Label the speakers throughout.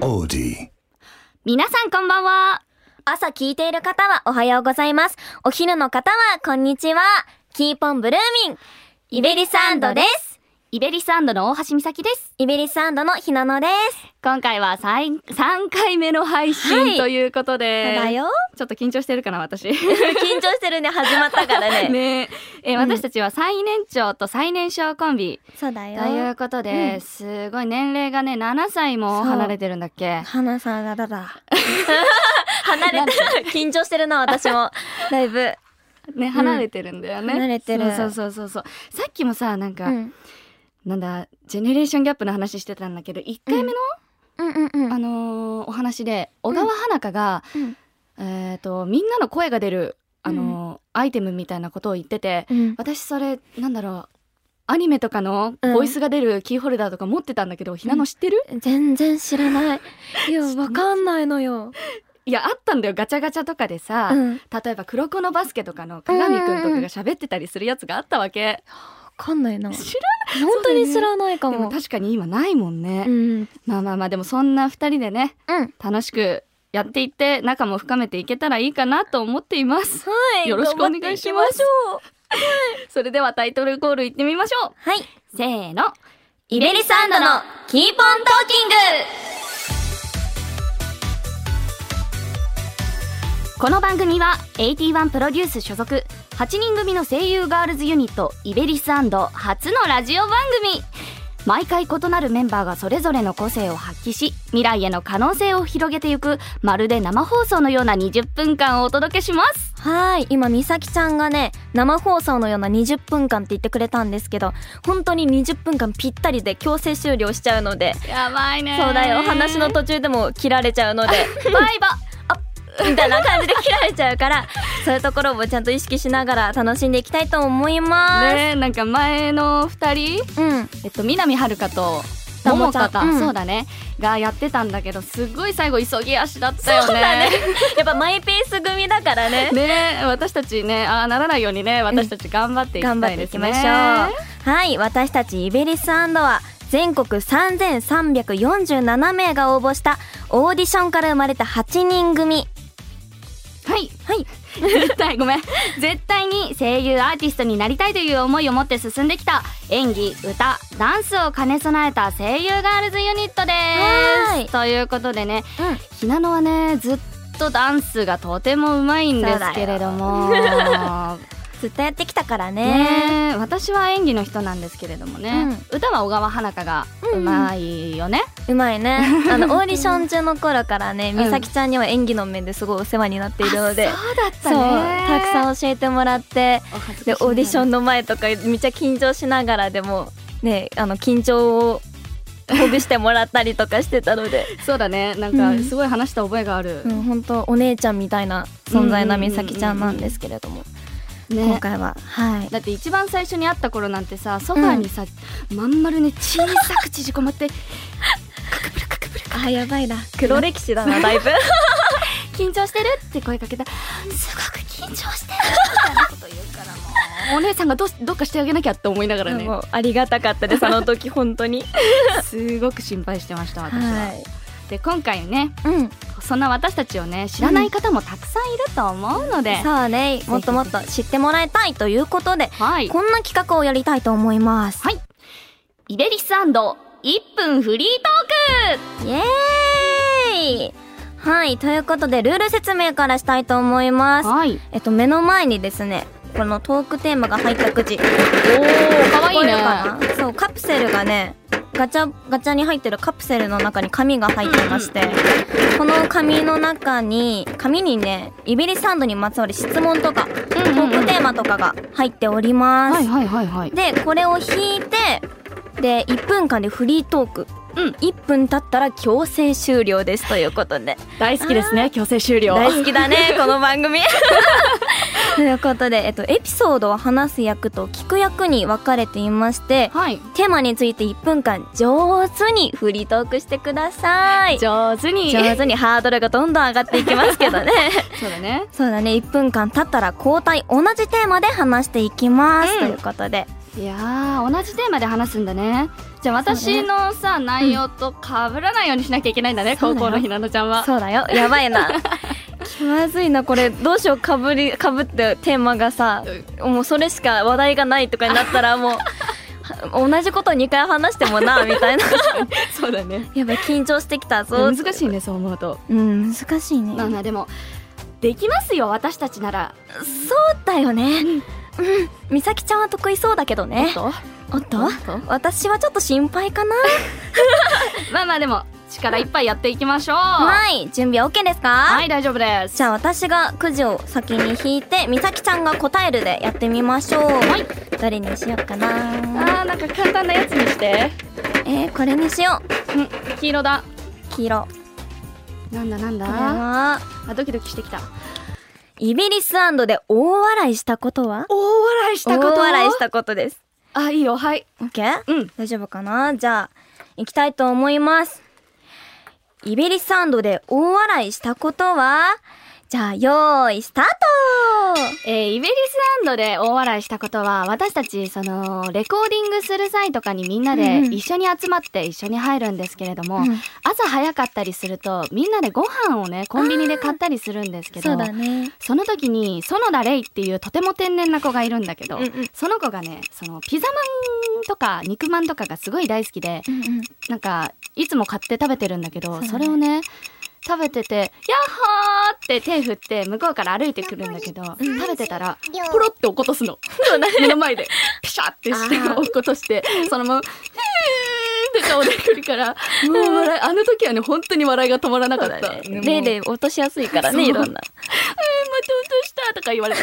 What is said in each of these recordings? Speaker 1: オーディ
Speaker 2: 皆さんこんばんは。朝聞いている方はおはようございます。お昼の方はこんにちは。キーポンブルーミン。イベリサンドです。
Speaker 3: イベリスの大橋美咲です。
Speaker 2: イベリサンドのひなのです。
Speaker 3: 今回は三三回目の配
Speaker 2: はい
Speaker 3: 信ということで、
Speaker 2: だよ。
Speaker 3: ちょっと緊張してるかな私。
Speaker 2: 緊張してるね、始まったから ね。
Speaker 3: ねえ、え
Speaker 2: うん
Speaker 3: 私たちは最年長と最年少コンビ
Speaker 2: そうだ
Speaker 3: と
Speaker 2: よ。
Speaker 3: いうことで、
Speaker 2: うん
Speaker 3: すごい年齢がね7歳も離れてるんだっけ。
Speaker 2: 花さんがだだ。離れて、緊張してるな、私も。だいぶ。
Speaker 3: ね離れてるんだよね。
Speaker 2: 離れてる
Speaker 3: そうそうそうそう。さっきもさなんか、
Speaker 2: うん。
Speaker 3: なんだジェネレーションギャップの話してたんだけど1回目の、
Speaker 2: うんうんうん。
Speaker 3: あのーお話で小川花香が、
Speaker 2: うん
Speaker 3: えっ、とみんなの声が出るあのーアイテムみたいなことを言ってて。
Speaker 2: うん
Speaker 3: 私それなんだろうアニメとかの
Speaker 2: うん
Speaker 3: ボイスが出るキーホルダーとか持ってたんだけど、ひなの知ってる
Speaker 2: 全然知らない。いや、わかんないのよ。
Speaker 3: いやあったんだよガチャガチャとかでさ、
Speaker 2: うん。わ
Speaker 3: 例えば「黒子のバスケ」とかの鏡くんと
Speaker 2: うんうん
Speaker 3: か
Speaker 2: うん
Speaker 3: が喋ってたりするやつがあったわけ、
Speaker 2: かんないな。
Speaker 3: 知
Speaker 2: 本当に知らないから
Speaker 3: でも
Speaker 2: も。
Speaker 3: 確かに今ないもんね、
Speaker 2: うん。
Speaker 3: まあまあまあでもそんな2人でね
Speaker 2: うん。
Speaker 3: 楽しくやっていって仲も深めていけたらいいかなと思っています
Speaker 2: はい。
Speaker 3: よろしくお願いします
Speaker 2: 頑張っていきましょう
Speaker 3: それではタイトルコールいってみましょう
Speaker 2: はい。
Speaker 3: せーの
Speaker 2: イベリサンドのキーポントーキング
Speaker 3: この番組は81プロデュース所属8人組の声優ガールズユニットイベリス初のラジオ番組毎回異なるメンバーがそれぞれの個性を発揮し未来への可能性を広げていくまるで生放送のような20分間をお届けします
Speaker 2: はい。今、みさきちゃんがね、生放送のような20分間って言ってくれたんですけど、本当に20分間ぴったりで強制終了しちゃうので、
Speaker 3: やばいね
Speaker 2: そうだよ、話の途中でも切られちゃうの で、バイバイみたいな感じで切られちゃうから、そういうところもちゃんと意識しながら楽しんでいきたいと思います。
Speaker 3: ねえなんか前の2人
Speaker 2: うん。
Speaker 3: えっと南遥と
Speaker 2: もも
Speaker 3: 桃
Speaker 2: ちゃん
Speaker 3: 香か、
Speaker 2: うん
Speaker 3: そうだねがやってたんだけどすごい最後急ぎ足だったよね
Speaker 2: そうだね。やっぱマイペース組だからね。
Speaker 3: ね私たちねああならないようにね私たち頑張っていき
Speaker 2: 頑
Speaker 3: た
Speaker 2: 張っ
Speaker 3: い
Speaker 2: て
Speaker 3: で
Speaker 2: い
Speaker 3: す
Speaker 2: き
Speaker 3: ね、
Speaker 2: ましょう。はい、私たちイベリスは全国3347名が応募したオーディションから生まれた8人組。
Speaker 3: はい
Speaker 2: はい。
Speaker 3: 絶対ごめん絶対に声優アーティストになりたいという思いを持って進んできた演技歌ダンスを兼ね備えた声優ガールズユニットで
Speaker 2: はい
Speaker 3: すということでね
Speaker 2: うん。
Speaker 3: ひなのはねずっとダンスがとてもうまいんですけれども
Speaker 2: ずっとやってきたからね。
Speaker 3: ね私は演技の人なんですけれどもね、歌は小川花香がうまいよね、
Speaker 2: うまい ね。あの、オーディション中の頃からね、
Speaker 3: うん
Speaker 2: みさきちゃんには演技の面ですごいお世話になっているので
Speaker 3: あ。そうだっ
Speaker 2: そ
Speaker 3: た
Speaker 2: う。
Speaker 3: ね
Speaker 2: たくさ
Speaker 3: ん
Speaker 2: ん教えてもらって。で、オーディショ
Speaker 3: ン
Speaker 2: ンの前とかめっちゃ緊張しながらでも、ね、あの、緊張をほぐしてもらったりとかしてたので。
Speaker 3: そうだねなん
Speaker 2: うん
Speaker 3: かすごい話した覚えがある、
Speaker 2: うん、本当お姉ちゃんみたいな存在な
Speaker 3: うんうんう
Speaker 2: 美
Speaker 3: んうん
Speaker 2: 咲ちゃんなんですけれども、今
Speaker 3: ね
Speaker 2: 回ははい
Speaker 3: だって一番最初に会った頃なんてさソファーにさ、まん丸ね小さく縮こまって
Speaker 2: あやばいな黒歴史だなだいぶ
Speaker 3: 緊張してるって声かけたすごく緊張してるみたいなこと言うからもうお姉さんがどうしどっかしてあげなきゃって思いながらね
Speaker 2: もうありがたかったですあの時本当に
Speaker 3: すごく心配してました私は、
Speaker 2: は
Speaker 3: で今回ね
Speaker 2: い、うん、
Speaker 3: そんな私たちをね知らない方もたくさんいると思うので、
Speaker 2: そうねもっともっと知ってもらいたいということで
Speaker 3: はい
Speaker 2: こんな企画をやりたいと思います
Speaker 3: はいイベリス &1 分フリートーク
Speaker 2: イエーイはいということでルール説明からしたいと思います
Speaker 3: はい
Speaker 2: えっと目の前にですねこのトークテーマが入ったくじ
Speaker 3: おーかわいいね
Speaker 2: 聞こえるかなそうカプセルがねガチャガチャに入ってるカプセルの中に紙が入ってまして、この紙の中に紙にねイベリサンドにまつわる質問とか、
Speaker 3: うんうん
Speaker 2: トークテーマとかが入っております、
Speaker 3: はいはいはいはい
Speaker 2: でこれを引いてで1分間でフリートーク、
Speaker 3: うん
Speaker 2: 1分経ったら強制終了ですということで
Speaker 3: 大好きですね強制終了
Speaker 2: 大好きだね この番組ということで、えっと、エピソードを話す役と聞く役に分かれていまして
Speaker 3: はい
Speaker 2: テーマについて1分間上手にフリートークしてください
Speaker 3: 上手に
Speaker 2: 上手にハードルがどんどん上がっていきますけど ね
Speaker 3: そうだね
Speaker 2: そうだね1分間経ったら交代同じテーマで話していきます、
Speaker 3: うん
Speaker 2: ということで
Speaker 3: いやー同じテーマで話すんだねじゃあ私のさ、内容と被らないようにしなきゃいけないんだね、
Speaker 2: そう
Speaker 3: 高校
Speaker 2: だよ
Speaker 3: のひなのちゃんは
Speaker 2: そうだよやばいな 気まずいなこれどうしようかぶりかぶってテーマがさもうそれしか話題がないとかにな ったらもうは同じこと2回話してもなみたいな
Speaker 3: そうだね
Speaker 2: やばい緊張してきたぞ
Speaker 3: 難しいねそう思うと
Speaker 2: うん難しいね
Speaker 3: まあまあでもできますよ私たちなら
Speaker 2: そうだよねうん美咲ちゃんは得意そうだけどね
Speaker 3: と
Speaker 2: おっと私はちょっと心配かな
Speaker 3: まあまあでも力いっぱいやっていきましょうは
Speaker 2: はい準備は OK ですかはい
Speaker 3: 大丈夫です
Speaker 2: じゃあ私がくじを先に引いて美咲ちゃんが答えるでやってみましょう、
Speaker 3: はい
Speaker 2: どれにしようかな
Speaker 3: あーなんか簡単なやつにして
Speaker 2: えー、これにしよ
Speaker 3: うん黄色だ
Speaker 2: う黄色こ
Speaker 3: なんだなんだ
Speaker 2: れは
Speaker 3: あドキドキしてきた
Speaker 2: イビリスで大笑いしたことは
Speaker 3: 大笑いしたこと
Speaker 2: 大笑いしたことです
Speaker 3: あいいよはい
Speaker 2: OK?
Speaker 3: うん
Speaker 2: 大丈夫かなじゃあ行きたいと思いますイベリスサンドで大笑いしたことはじゃあ用意スター
Speaker 3: えーイベリスランドで大笑いしたことは私たちそのレコーディングする際とかにみんなで
Speaker 2: うんうん
Speaker 3: 一緒に集まって一緒に入るんですけれども、
Speaker 2: ト
Speaker 3: 朝早かったりするとみんなでご飯をねコンビニで買ったりするんですけど
Speaker 2: ね
Speaker 3: その時に園田レイっていうとても天然な子がいるんだけど、
Speaker 2: うんうん
Speaker 3: その子がねそのピザマンとか肉まんとかがすごい大好きで
Speaker 2: うんうん
Speaker 3: なんかいつも買って食べてるんだけどそ,、
Speaker 2: そうだね
Speaker 3: れをね食べてて「ヤッホー!」って手振って向こうから歩いてくるんだけど食べてたらポロって落っことすの目の前でピシャってして
Speaker 2: あー
Speaker 3: 落っことしてそのまま「ふーん」って顔で来るからもう笑いあの時はね本当に笑いが止まらなかった。もう
Speaker 2: 例で落としやすいからね
Speaker 3: そう
Speaker 2: いろんな
Speaker 3: また落としたとか言われ て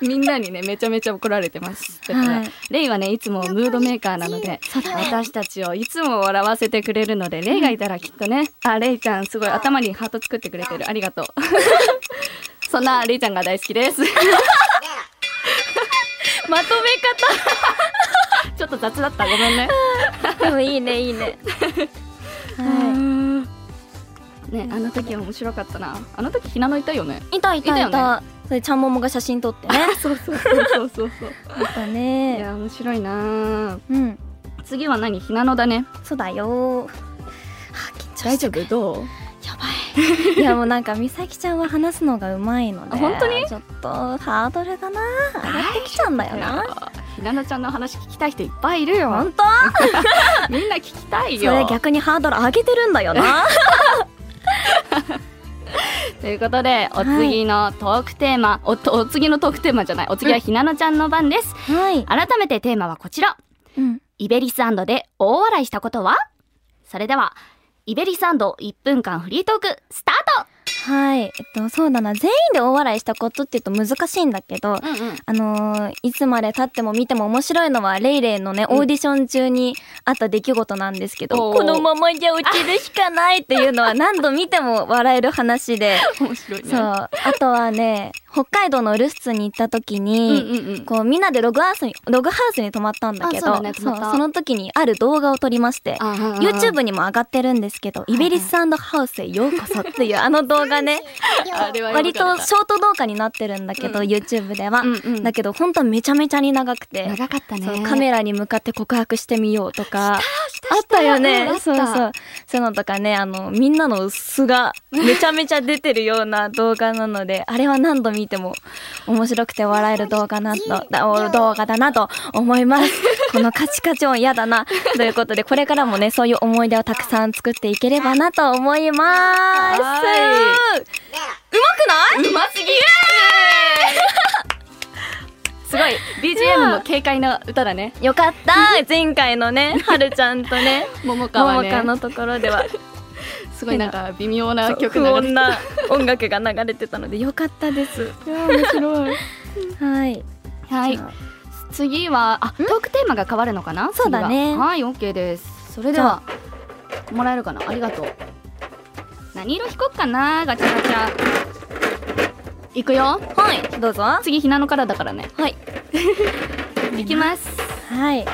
Speaker 3: みんなにねめちゃめちゃ怒られてますだから、
Speaker 2: はい
Speaker 3: レイはねいつもムードメーカーなので私たちをいつも笑わせてくれるのでレイがいたらきっとねあレイちゃんすごい頭にハート作ってくれてるあり がとうそんなレイちゃんが大好き です まとめ方ちょっと雑だったごめんね
Speaker 2: でもいいねいいねは
Speaker 3: ねあの時面白かったなあの時ひなのいたよね
Speaker 2: いいたいたい
Speaker 3: いた
Speaker 2: たそれちゃんももが写真撮ってね
Speaker 3: そうそうそうそうそうそう
Speaker 2: あっ た
Speaker 3: い
Speaker 2: ね
Speaker 3: や面白いな
Speaker 2: うん
Speaker 3: 次は何ひなのだね
Speaker 2: そうだよはあ緊張した
Speaker 3: 大丈夫どう
Speaker 2: やばいいやもうなんか美咲ちゃんは話すのがうまいの
Speaker 3: あ
Speaker 2: で
Speaker 3: 本当に
Speaker 2: ちょっとハードルがな上がってきちゃうんだよな
Speaker 3: ひなのちゃんの話聞きたい人いっぱいいるよ
Speaker 2: 本当
Speaker 3: みんな聞きたい
Speaker 2: そ
Speaker 3: よ
Speaker 2: れ逆にハードル上げてるんだよな
Speaker 3: ということでお次のトークテーマ、おとお次のトークテーマじゃないお次はひなのちゃんの番です、
Speaker 2: はい、
Speaker 3: 改めてテーマはこちら
Speaker 2: うん、
Speaker 3: イベリスで大笑いしたことはそれではイベリス1分間フリートークスタ
Speaker 2: はいえっとそうだな全員で大笑いしたことって言うと難しいんだけど、
Speaker 3: ートうんうん
Speaker 2: あのーいつまで経っても見ても面白いのはレイレイのね、
Speaker 3: うん
Speaker 2: オーディション中にあった出来事なんですけど、
Speaker 3: おー
Speaker 2: このままじゃ落ちるしかないっていうのは何度見ても笑える話で、
Speaker 3: 面白いね
Speaker 2: そう。あとはね、北海道のルスツに行った時
Speaker 3: う
Speaker 2: に、
Speaker 3: んうんうん
Speaker 2: こうみんなでログハウスに、ログハウスに泊まったんだけど、
Speaker 3: あそうだね泊まった
Speaker 2: そうその時にある動画を撮りまして、
Speaker 3: あー
Speaker 2: YouTube にも上がってるんですけど、イベリスハウスへようこそっていうあの動 画ね、
Speaker 3: あれは
Speaker 2: 割と
Speaker 3: よかっ
Speaker 2: ショート動画になってるんだけど、
Speaker 3: うん
Speaker 2: YouTube では。
Speaker 3: たうんうん
Speaker 2: だけど本当はめちゃめちゃに長くて、
Speaker 3: 長かったね
Speaker 2: そうカメラに向かって告白してみようとかあった
Speaker 3: うん
Speaker 2: よ
Speaker 3: あ
Speaker 2: ね
Speaker 3: った
Speaker 2: そうそうそういうのとかねあのみんなの素がめちゃめちゃ出てるような動画なのであれは何度見ても面白くて笑える動画なとだお動画だなと思い ますこのカチカチ音嫌だなということでこれからもねそういう思い出をたくさん作っていければなと思いますうま
Speaker 3: は
Speaker 2: くないう
Speaker 3: ますぎる すごい BGM も軽快な歌だね
Speaker 2: よか った前回のねはるちゃんとね
Speaker 3: 桃香
Speaker 2: も
Speaker 3: は
Speaker 2: も
Speaker 3: ね
Speaker 2: かのところでは
Speaker 3: すごいなんか微妙な
Speaker 2: そう
Speaker 3: 曲
Speaker 2: 不
Speaker 3: 流れ
Speaker 2: 穏な音楽が流れてたのでよかったです。
Speaker 3: 面 白い
Speaker 2: はい。
Speaker 3: はい
Speaker 2: じゃあ
Speaker 3: 次はあトークテーマが変わるのかな
Speaker 2: そうだね
Speaker 3: 次ははい OK ですそれではもらえるかなありがとう何色引こっかなガチャガチャいくよ
Speaker 2: はい、どうぞ。は
Speaker 3: 次ひなのからだからね
Speaker 2: い。
Speaker 3: いきます
Speaker 2: はい。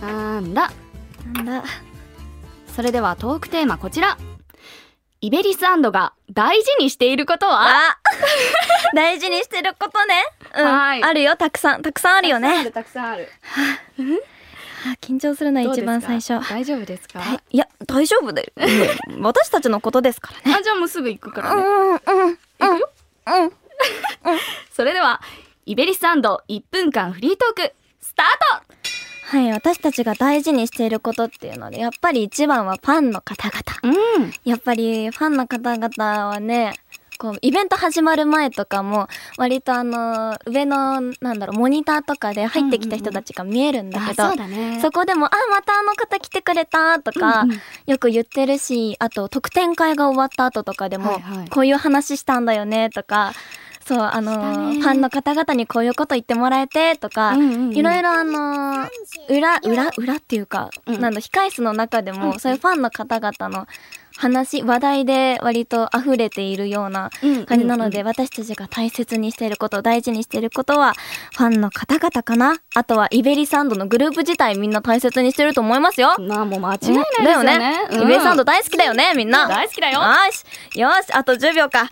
Speaker 3: なんだ
Speaker 2: なんだ。
Speaker 3: それではトークテーマこちらイ ベリスが大事にしていることは
Speaker 2: あ大事にしてることね。うん、
Speaker 3: はい
Speaker 2: あるよ、たくさん。たくさんあるよね。
Speaker 3: たくさんある
Speaker 2: あ緊張するな、
Speaker 3: たくさんある
Speaker 2: 一番最初。
Speaker 3: どうですか大丈夫ですか、
Speaker 2: はい、いや、大丈夫だよ。うん私たちのことですからね。
Speaker 3: あじゃあもうすぐ行くからね、
Speaker 2: うん、うん、
Speaker 3: 行くよ
Speaker 2: うん。
Speaker 3: それではイベリス1分間フリートークスター
Speaker 2: はい、私たちが大事にしていることっていうので、やっぱり一番はファンの方々。
Speaker 3: トうん
Speaker 2: やっぱりファンの方々はね、こう、イベント始まる前とかも、割とあの、上の、なんだろう、モニターとかで入ってきた人たちが見えるんだけ
Speaker 3: だ
Speaker 2: ど、
Speaker 3: ね
Speaker 2: そこでも、あ、またあの方来てくれたとか、
Speaker 3: うんうん
Speaker 2: よく言ってるし、あと、特典会が終わった後とかでも、
Speaker 3: はいはい
Speaker 2: こういう話したんだよねとか、そう、あ
Speaker 3: した
Speaker 2: の、
Speaker 3: ね
Speaker 2: ファンの方々にこういうこと言ってもらえてとか、
Speaker 3: うんうんうん
Speaker 2: いろいろあの、裏、裏、裏っていうか、
Speaker 3: うん
Speaker 2: なんだ、控室の中で
Speaker 3: うんう
Speaker 2: も、
Speaker 3: ん
Speaker 2: そういうファンの方々の話、話題で割と溢れているような感じなので、私たちが大切にしていること、大事にしていることは、ファンの方々かなあとは、イベリサンドのグループ自体みんな大切にしてると思いますよ。
Speaker 3: まあもう間違いないですよね
Speaker 2: だよね。イベリサンド大好きだよね、みんな。
Speaker 3: 大好きだよ
Speaker 2: よし、よし、あと10秒か。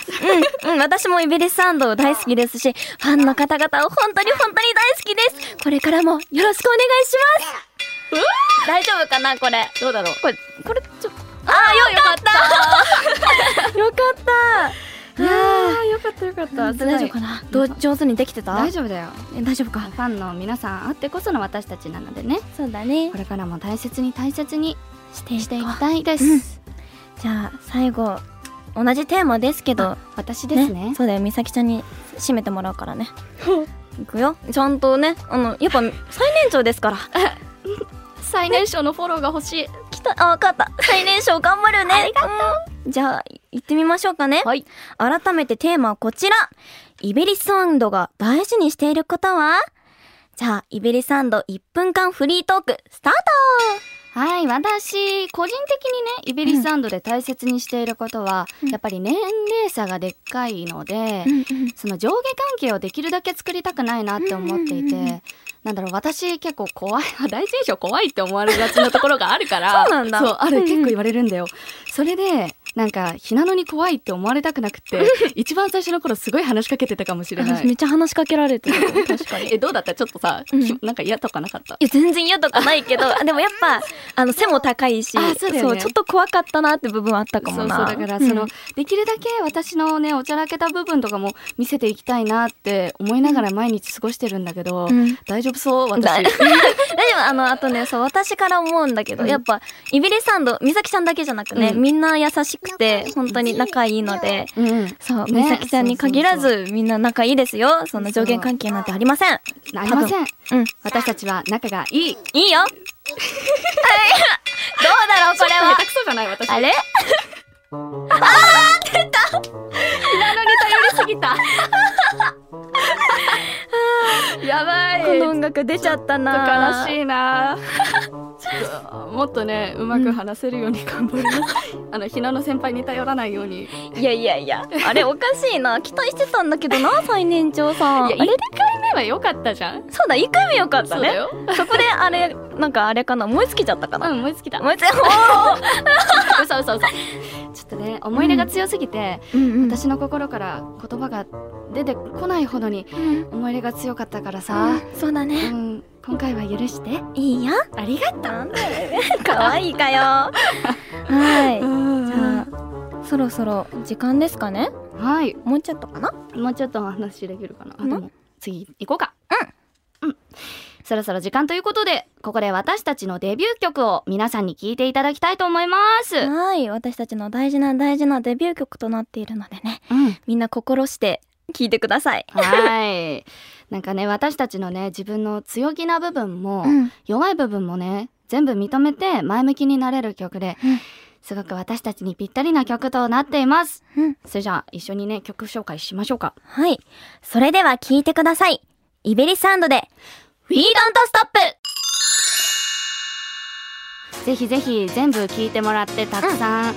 Speaker 2: うん、うん、私もイベリスサンド大好きですし、ファンの方々を本当に本当に大好きです。これからもよろしくお願いします。大丈夫かな、これ。
Speaker 3: どうだろう
Speaker 2: これ、これ、ちょ、ああ、よ、よかった。よかった。いや
Speaker 3: あよかったよかっ
Speaker 2: ー、大丈夫かな。どう、上手にできてた。
Speaker 3: 大丈夫だよ
Speaker 2: え大丈夫
Speaker 3: フ
Speaker 2: か。
Speaker 3: ァンの皆さんあってこその私たちなのでね
Speaker 2: そうだね
Speaker 3: こ。れからも大切に大切に
Speaker 2: して
Speaker 3: してい
Speaker 2: い
Speaker 3: き
Speaker 2: こう
Speaker 3: たいで
Speaker 2: うん
Speaker 3: す、
Speaker 2: じゃあ、最後。同じテーマですけど。
Speaker 3: 私ですね
Speaker 2: そうだよ、美咲ちゃんに締めてもらうから ね。いくよ。ちゃんとね、あの、やっぱ最年長ですから。
Speaker 3: 最年少のフォローが欲しい
Speaker 2: きた、あ、わかった。最年少頑張る ね。
Speaker 3: ありがと
Speaker 2: うんじゃあ、行ってみましょうかね。
Speaker 3: はい
Speaker 2: 改めてテーマはこちら。イベリスサンドが大事にしていることはじゃあ、イベリスサンド1分間フリートーク、スター
Speaker 3: はい私個人的にねイベリスランドで大切にしていることは、
Speaker 2: うん
Speaker 3: やっぱり年齢差がでっかいので、
Speaker 2: ト
Speaker 3: その上下関係をできるだけ作りたくないなって思っていて、
Speaker 2: うんうんうんうん
Speaker 3: なんだろう私結構怖い第一印象怖いって思われがちなところがあるから
Speaker 2: そうなんだ
Speaker 3: そうあ
Speaker 2: うん
Speaker 3: る
Speaker 2: うん
Speaker 3: 結構言われるんだよ、それでなんかひなのに怖いって思われたくなく て一番最初の頃すごい話しかけてたかもしれな
Speaker 2: 私め
Speaker 3: い
Speaker 2: っちゃ話しかけられてる。確かに。
Speaker 3: えどうだったちょっとさ、
Speaker 2: うん
Speaker 3: きなんか嫌とかなかった
Speaker 2: いや全然嫌とかない けどでもやっぱあの背も高いし
Speaker 3: あそうだよね
Speaker 2: ちょっと怖かったなって部分はあったか
Speaker 3: そ
Speaker 2: も
Speaker 3: うそう
Speaker 2: な
Speaker 3: だからその、
Speaker 2: うん
Speaker 3: できるだけ私のねおちゃらけた部分とかも見せていきたいなって思いながら毎日過ごしてるんだけど、
Speaker 2: うん
Speaker 3: 大丈夫そう私
Speaker 2: だ 大丈夫あのあとねそう私から思うんだけど、
Speaker 3: うん
Speaker 2: やっぱイビリサンド美咲ちゃんだけじゃなくね、
Speaker 3: うん
Speaker 2: みんな優しくて本当に仲いいので。
Speaker 3: うん
Speaker 2: そう、
Speaker 3: ね
Speaker 2: 美咲ちゃんに限ら
Speaker 3: そ
Speaker 2: ずみんな仲いいですよそんな上限関係なんてありません
Speaker 3: ありません
Speaker 2: うん
Speaker 3: 私たちは仲がいい
Speaker 2: いいよどうだろうこれは
Speaker 3: 下手 くそじゃない私
Speaker 2: あれ
Speaker 3: 頼りすぎた やばい
Speaker 2: この音楽出ちゃったな
Speaker 3: 悲しいなちょっともっとねうまく話せるように頑張ります、あのひなの先輩に頼らないように
Speaker 2: いやいやいや、あれおかしいな。期待してたんだけどな、最年長さん。あ
Speaker 3: いや1
Speaker 2: れ
Speaker 3: 回目は良かったじゃん
Speaker 2: そうだ、1回目よかった
Speaker 3: そうだ
Speaker 2: ね。
Speaker 3: よ
Speaker 2: そこであれ、なんかあれかな、燃え尽きちゃったか
Speaker 3: う
Speaker 2: な。
Speaker 3: ん思いつきた
Speaker 2: 燃え 尽き、おー
Speaker 3: 嘘嘘嘘ちょっとね思い出が強すぎて、
Speaker 2: うんうん
Speaker 3: 私の心から言葉が出てこないほどに
Speaker 2: うん
Speaker 3: 思い入れが強かったからさ、
Speaker 2: そうだ
Speaker 3: う
Speaker 2: ね。
Speaker 3: ん、今回は許して
Speaker 2: いいよ。
Speaker 3: ありがと
Speaker 2: なんだよね。可愛いかよ。 は
Speaker 3: う
Speaker 2: い。じゃあ、そろそろ時間ですかね。
Speaker 3: はい
Speaker 2: もうちょっとかな。
Speaker 3: もうちょっとお話できるかなあ
Speaker 2: うん
Speaker 3: でも次行こうかうんそろそろ時間ということでここで私たちのデビュー曲を皆さんに聴いていただきたいと思います、
Speaker 2: はい。私たちの大事な大事なデビュー曲となっているのでね。
Speaker 3: うん
Speaker 2: みんな心して聴いてください。
Speaker 3: はいなんかね私たちのね自分の強気な部分も、
Speaker 2: ん。
Speaker 3: 弱い部分もね全部認めて前向きになれる曲で、
Speaker 2: うん
Speaker 3: すごく私たちにぴったりな曲となっています、
Speaker 2: うん
Speaker 3: それじゃあ一緒にね曲紹介しましょうか
Speaker 2: はい。それでは聴いてください。イベリサンドで、
Speaker 3: We Don't Stop ぜひぜひ全部聴いてもらってたくさん、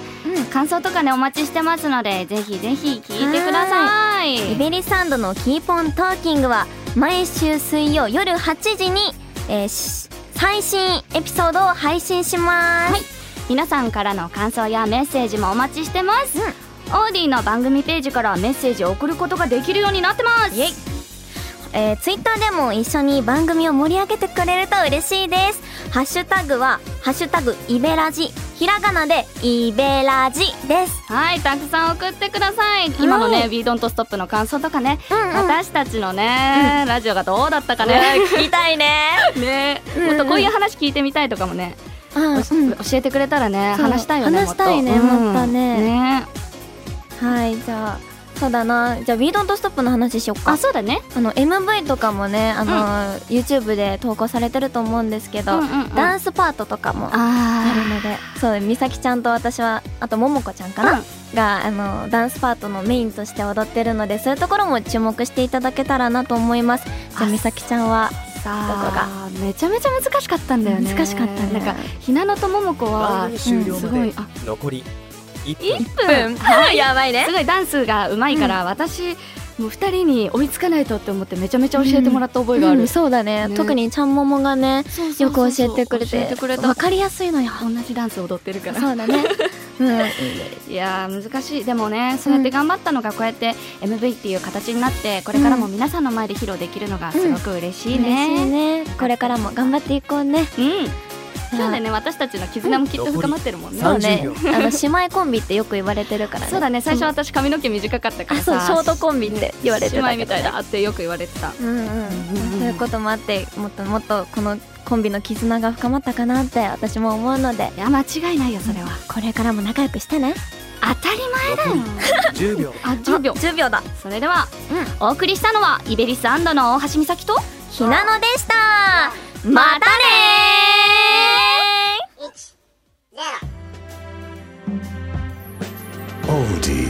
Speaker 3: 感想とかねお待ちしてますのでぜひぜひ聴いてください
Speaker 2: イベリサンドのキーポントーキングは毎週水曜夜8時に、えーし最新エピソードを配信します。
Speaker 3: はい皆さんからの感想やメッセージもお待ちしてます、
Speaker 2: うん
Speaker 3: オーディの番組ページからメッセージを送ることができるようになってます
Speaker 2: イエイえー、ツイッターでも一緒に番組を盛り上げてくれると嬉しいです。ハッシュタグは、ハッシュタグ、イベラジ。ひらがなで、イベラジです。
Speaker 3: はいたくさん送ってください今のね「ビードントストップの感想とかね、
Speaker 2: うんうん
Speaker 3: 私たちのね、ラジオがどうだったかね、
Speaker 2: 聞きたいね。
Speaker 3: ね
Speaker 2: うん
Speaker 3: もっとこういう話聞いてみたいとかもね、
Speaker 2: うん、
Speaker 3: おし教えてくれたらね
Speaker 2: そう
Speaker 3: 話したいよね
Speaker 2: 話したいね
Speaker 3: もっと
Speaker 2: またね
Speaker 3: ね
Speaker 2: はい、じゃあ、そうだな。じゃあ、ビードンとストップの話しよっか。
Speaker 3: あそうだね
Speaker 2: あの MV とかもねあの、YouTube で投稿されてると思うんですけど、
Speaker 3: うんうんうん
Speaker 2: ダンスパートとかもある
Speaker 3: あ
Speaker 2: のでそう美咲ちゃんと私はあとももこちゃんかな、
Speaker 3: うん
Speaker 2: があのダンスパートのメインとして踊ってるのでそういうところも注目していただけたらなと思いますじゃあ
Speaker 3: あ
Speaker 2: 美咲ちゃんは
Speaker 3: ーさあめちゃめちゃ難しかったんだよね
Speaker 2: 難しかったね
Speaker 3: なんかひなのとももこは
Speaker 4: 番組終了
Speaker 3: うんす
Speaker 4: ま
Speaker 3: ご
Speaker 4: で
Speaker 3: いあ
Speaker 4: 残り1分
Speaker 3: 1分
Speaker 2: はいやばいね
Speaker 3: すごいダンスがうまいから、私もう2人に追いつかないとって思ってめちゃめちゃ教えてもらった覚えがある、
Speaker 2: うん、そうだね
Speaker 3: ね
Speaker 2: 特にちゃんももがね
Speaker 3: そうそうそう
Speaker 2: よく教えてくれ
Speaker 3: 教
Speaker 2: て
Speaker 3: えてくれた
Speaker 2: わかりやすいのよ
Speaker 3: 同じダンス踊ってるから
Speaker 2: そうだねうん
Speaker 3: いやー難しいでもねそうやって頑張ったのがこうやって MV っていう形になってこれからも皆さんの前で披露できるのがすごく嬉しい
Speaker 2: 嬉しい
Speaker 3: ね。
Speaker 2: ねこれからも頑張っていこうね
Speaker 3: うん、そうだね私たちの絆もきっと深まってるもんね。
Speaker 4: 残
Speaker 2: そう
Speaker 4: り
Speaker 2: ね
Speaker 4: 30、
Speaker 2: あの姉妹コンビってよく言われてるからね。
Speaker 3: そうだね最初
Speaker 2: は
Speaker 3: 私髪の毛短かったか
Speaker 2: あ、
Speaker 3: ら
Speaker 2: そう
Speaker 3: さ
Speaker 2: ショートコンビって言われてた
Speaker 3: 姉
Speaker 2: けどね
Speaker 3: 妹みたいだってよく言われてた。
Speaker 2: うんうん。
Speaker 3: うん
Speaker 2: そういうこともあって、もっともっとこのコンビの絆が深まったかなって私も思うので、
Speaker 3: いや間違いないよそれは。
Speaker 2: これからも仲良くしてね。
Speaker 3: 当たり前だよ。
Speaker 4: 10秒
Speaker 3: あ10秒。
Speaker 2: 10秒だ。
Speaker 3: それでは、お送りしたのはイベリスアンドの大橋美咲と
Speaker 2: ひなのでした。
Speaker 3: またね
Speaker 5: オーディ